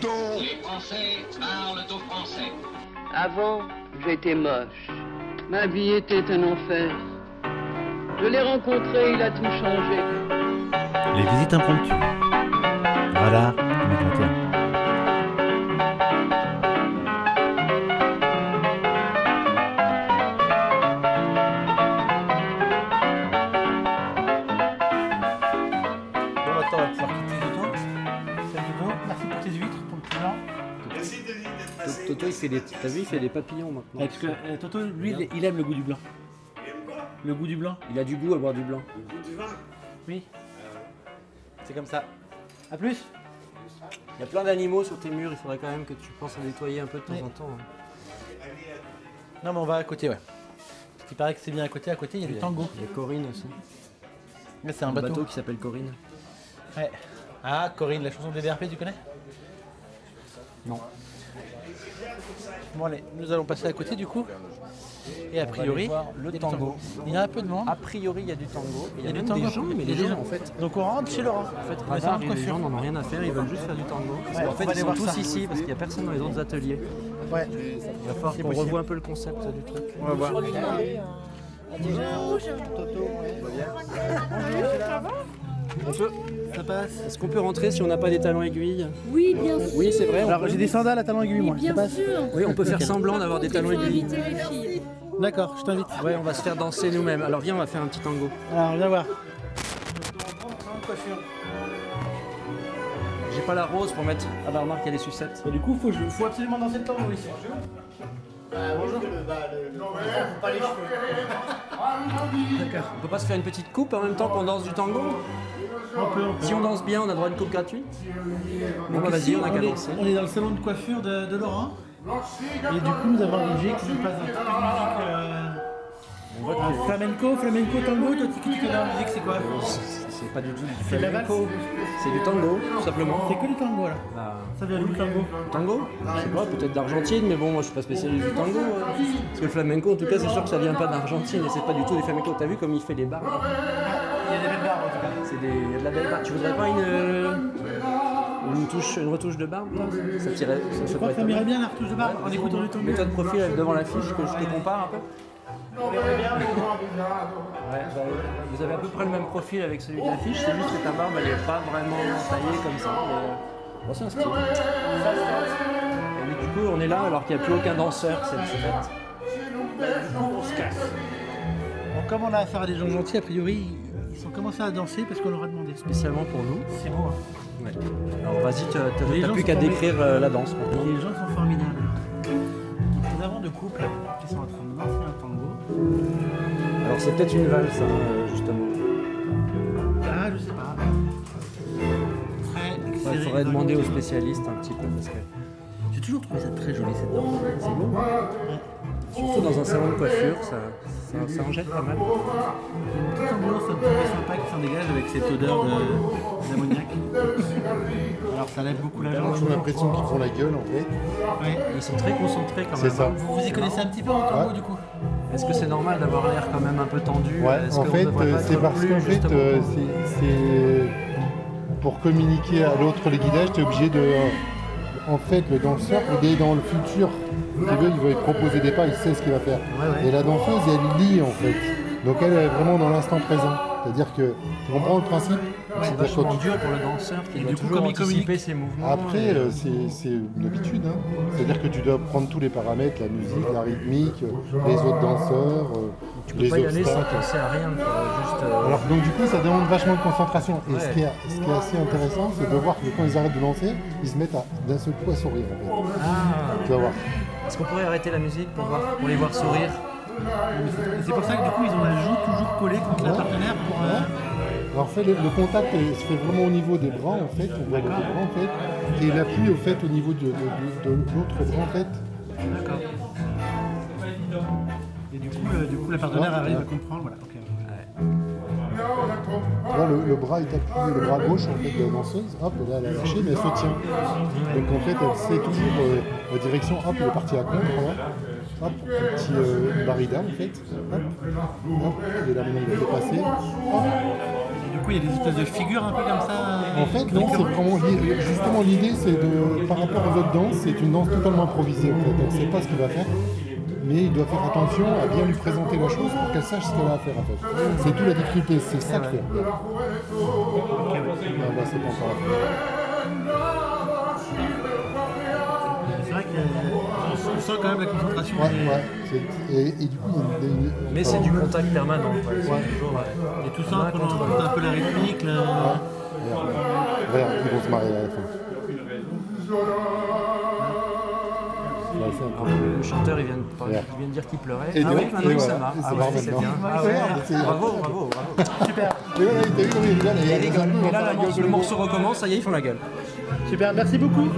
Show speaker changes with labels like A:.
A: dons.
B: Les Français parlent aux Français.
C: Avant, j'étais moche. Ma vie était un enfer. Je l'ai rencontré, il a tout changé.
D: Les visites impromptues. Radar 2021.
E: Bon, maintenant, on va pouvoir quitter Toto. Salut Toto, merci pour tes huîtres, pour le petit blanc.
A: Merci Denis d'être
F: To-
A: passé.
F: Toto, il fait des, t'as vu, il fait des papillons maintenant.
E: Ouais, parce que euh, Toto, lui, il- il aime le goût du blanc.
A: Il aime quoi
E: Le goût du blanc
F: Il a du goût à boire du blanc.
A: Le goût du vin.
E: Oui.
F: Ah
E: C'est comme ça. A plus
F: Il y a plein d'animaux sur tes murs, il faudrait quand même que tu penses à nettoyer un peu de temps
E: Oui.
F: en temps. hein.
E: Non, mais on va à côté, ouais. Parce qu'il paraît que c'est bien à côté, à côté, il y a du tango.
F: Il y a Corinne aussi.
E: Là, c'est un
F: Un bateau,
E: bateau.
F: qui s'appelle Corinne.
E: Ouais. Ah, Corinne, la chanson de DDRP, tu connais
F: Non.
E: Bon, allez, nous allons passer à côté du coup. Et a priori, le tango. Ah, Il y a un peu de monde.
F: A priori, il y a du tango. Il y a,
E: du
F: même
E: tango.
F: des gens, mais
E: Il y a
F: les gens,
E: des gens.
F: en fait,
E: Donc on rentre chez Laurent. En fait,
F: radar, les gens n'en ont rien à faire, ils veulent juste faire du tango. en
E: on
F: fait,
E: va
F: ils
E: aller
F: sont
E: voir
F: tous
E: ça.
F: ici parce qu'il n'y a personne dans les autres ateliers.
E: Ouais.
F: Il va falloir
E: C'est
F: qu'on
E: possible.
F: revoie un peu le concept du truc.
E: On va voir.
F: On peut
E: Ça passe.
F: Est-ce qu'on peut rentrer si on n'a pas des talons aiguilles
G: Oui, bien sûr.
F: Oui, c'est vrai. on
E: Alors
F: peut.
E: j'ai des sandales à talons aiguilles, moi. Ça
G: Bien
E: passe.
G: sûr.
F: Oui, on peut faire semblant
G: Par
F: d'avoir des
G: contre,
F: talons
G: il faut
F: aiguilles.
G: inviter les filles.
E: D'accord, je t'invite.
F: Ouais, on va se faire danser nous-mêmes. Alors viens, on va faire un petit tango.
E: Alors viens voir.
F: J'ai pas la rose pour mettre. Ah bah remarque, il y a les sucettes.
E: Et du coup, faut, faut absolument danser le tango ici.
F: D'accord. On peut pas se faire une petite coupe en même temps qu'on danse du tango Si on danse bien, on a droit à une coupe gratuite Bon bah vas-y, on a qu'à danser.
E: On est dans le salon de coiffure de, de Laurent. Et du coup, nous avons obligé qu'il nous passe un truc de musique. euh, euh, flamenco, flamenco, tango. Toi, tu, tu connais la musique, c'est quoi
F: Euh, C'est pas du tout du
E: C'est de la valse.
F: flamenco, c'est du tango, tout
E: C'est
F: simplement.
E: que du tango là.
F: Bah,
E: Ça vient du tango.
F: tango Je sais pas, peut-être d'Argentine, mais bon, moi je suis pas spécialiste du tango. hein. Parce que le flamenco, en tout cas, c'est sûr que ça vient pas d'Argentine et c'est pas du tout des flamencos. T'as vu comme il fait les barres
E: Il y a des belles barres en tout cas.
F: C'est des... il y a de la belle barbe. Tu voudrais pas une, euh, une, touche, une retouche de barbe toi Ça tirait, ça, ça
E: Je crois
F: pourrait
E: que
F: être
E: ça
F: pas
E: m'irait
F: mal.
E: bien la retouche de barbe en écoutant du tango.
F: Mets-toi de profil avec devant l'affiche que je te compare un peu. Ouais, bah, vous avez à peu près le même profil avec celui de l'affiche, c'est juste que ta barbe elle est pas vraiment taillée comme ça. mais, euh, bon, c'est un style. Et mais du coup on est là alors qu'il n'y a plus aucun danseur, c'est c'est bête.
E: Bon, comme on a affaire à des gens gentils, a priori, ils ont commencé à danser parce qu'on leur a demandé.
F: Spécialement pour nous.
E: C'est beau. hein.
F: Alors vas-y, t'as- t'as
E: Les
F: t'as
E: gens
F: plus
E: sont
F: qu'à
E: tombés.
F: décrire euh, la danse. maintenant.
E: Les gens sont formidables. Donc, nous avons deux couples qui sont en train de danser un tango.
F: Alors c'est peut-être une valse hein, euh, justement.
E: Ah, je sais pas. Très
F: Ouais,
E: serré,
F: faudrait
E: dans
F: demander
E: le-
F: aux spécialistes un petit peu parce que
E: J'ai toujours trouvé ça très joli cette danse.
F: c'est beau. Surtout dans un salon de coiffure, ça, ça, ça en jette pas mal.
E: Il y a une petite ambiance un petit peu sympa qui s'en dégage avec cette odeur de- d'ammoniac. Alors ça lève beaucoup la jambe.
H: J'ai l'impression qu'ils font la gueule en fait.
E: Ouais.
F: Ils sont très concentrés quand
H: C'est
F: même.
H: ça.
E: Vous vous y connaissez un petit peu en tango
H: Ouais.
E: du coup
F: Est-ce que c'est normal d'avoir l'air quand même un peu tendu
H: Ouais,
F: Est-ce
H: en
F: qu'on
H: fait,
F: devrait
H: euh,
F: pas
H: c'est
F: être
H: parce
F: plus,
H: qu'en fait,
F: justement,
H: euh,
F: pour-
H: c'est c'est- pour communiquer à l'autre les guidages, t'es obligé de. En fait, le danseur, il est dans le futur. Il veut, il veut proposer des pas, il sait ce qu'il va faire. Et la danseuse, elle lit en fait. Donc elle est vraiment dans l'instant présent. C'est-à-dire que tu comprends le principe
F: C'est
H: C'est-à-dire
F: vachement
H: que tu-
F: dur pour le danseur qui doit
E: du coup,
F: toujours
E: comme il
F: anticiper
E: communique-
F: ses mouvements.
H: Après,
F: et-
H: euh, c'est c'est une habitude. hein. C'est-à-dire que tu dois prendre tous les paramètres, la musique, la rythmique, euh, les autres danseurs, euh,
F: tu
H: les
F: peux pas y aller sans
H: obstacles.
F: penser à rien. quoi, Juste, euh,
H: Alors donc du coup ça demande vachement de concentration. Et
F: Ouais.
H: ce, qui est, ce qui est assez intéressant c'est de voir que quand ils arrêtent de lancer, ils se mettent à- d'un seul coup à sourire en fait.
F: Ah,
H: Tu vas voir.
F: Est-ce qu'on pourrait arrêter la musique pour, voir, pour les voir sourire
E: Et c'est pour ça que du coup ils ont la joue toujours collée contre la
H: Ouais.
E: partenaire pour. euh,
H: Alors en fait le, le contact euh, se fait vraiment au niveau des bras en fait, au niveau des bras en fait, et l'appui au fait au niveau de, de- de- de l'autre bras en fait.
E: D'accord. Et du coup, euh, du coup la partenaire arrive à comprendre. Voilà, ok.
H: Là le, le bras est appuyé, le bras gauche en fait de la danseuse, hop, là elle a lâché mais elle se tient. Donc en fait elle sait toujours euh, la direction, hop, elle est partie à contre, hein. hop, petit euh, barida en fait, hop, hop, et là maintenant il va se passer, hop.
E: Et du coup, il y a des espèces de figures un peu comme ça. euh,
H: En fait, non, c'est vraiment li- justement l'idée, c'est de par rapport aux autres danses, c'est une danse totalement improvisée. En fait. On ne sait pas ce qu'il va faire, mais il doit faire attention à bien lui présenter la chose pour qu'elle sache ce qu'elle a à faire. En fait. C'est toute la difficulté, c'est ça qu'il y a. Ah bah, c'est pas encore la fin.
E: C'est vrai qu'on sent quand même la concentration.
H: Ouais, ouais. C'est- Et, et du coup, il y a une-
F: Mais c'est du contact permanent. quoi. C'est
H: Ouais.
F: toujours, euh,
E: Et tout
F: main
E: ça, on
F: contre
E: entend un peu la rythmique. le-
H: Regarde, regarde, ils vont se marier à la fin. Ouais, c'est incroyable.
F: Le chanteur, il vient de, par-
H: Regarde.
F: il vient de dire qu'il pleurait.
H: Et
F: ah
H: de-
F: oui,
H: et
F: maintenant il
H: voilà,
F: ça marche.
H: et ça
F: Ah
H: marche
F: ouais, c'est
H: maintenant.
F: bien. Ah
H: Ouais,
F: ouais,
H: c'est-
F: bravo, bravo, bravo.
H: Et voilà, il t'a vu comme il rigole, et il y a
F: Et
H: des
F: rigole.
H: impôts,
F: Et là,
H: enfin,
F: la
H: il
F: morce-
H: gueule
F: le
H: le
F: morceau recommence, ça y est, ils font la gueule.
E: Super, merci beaucoup.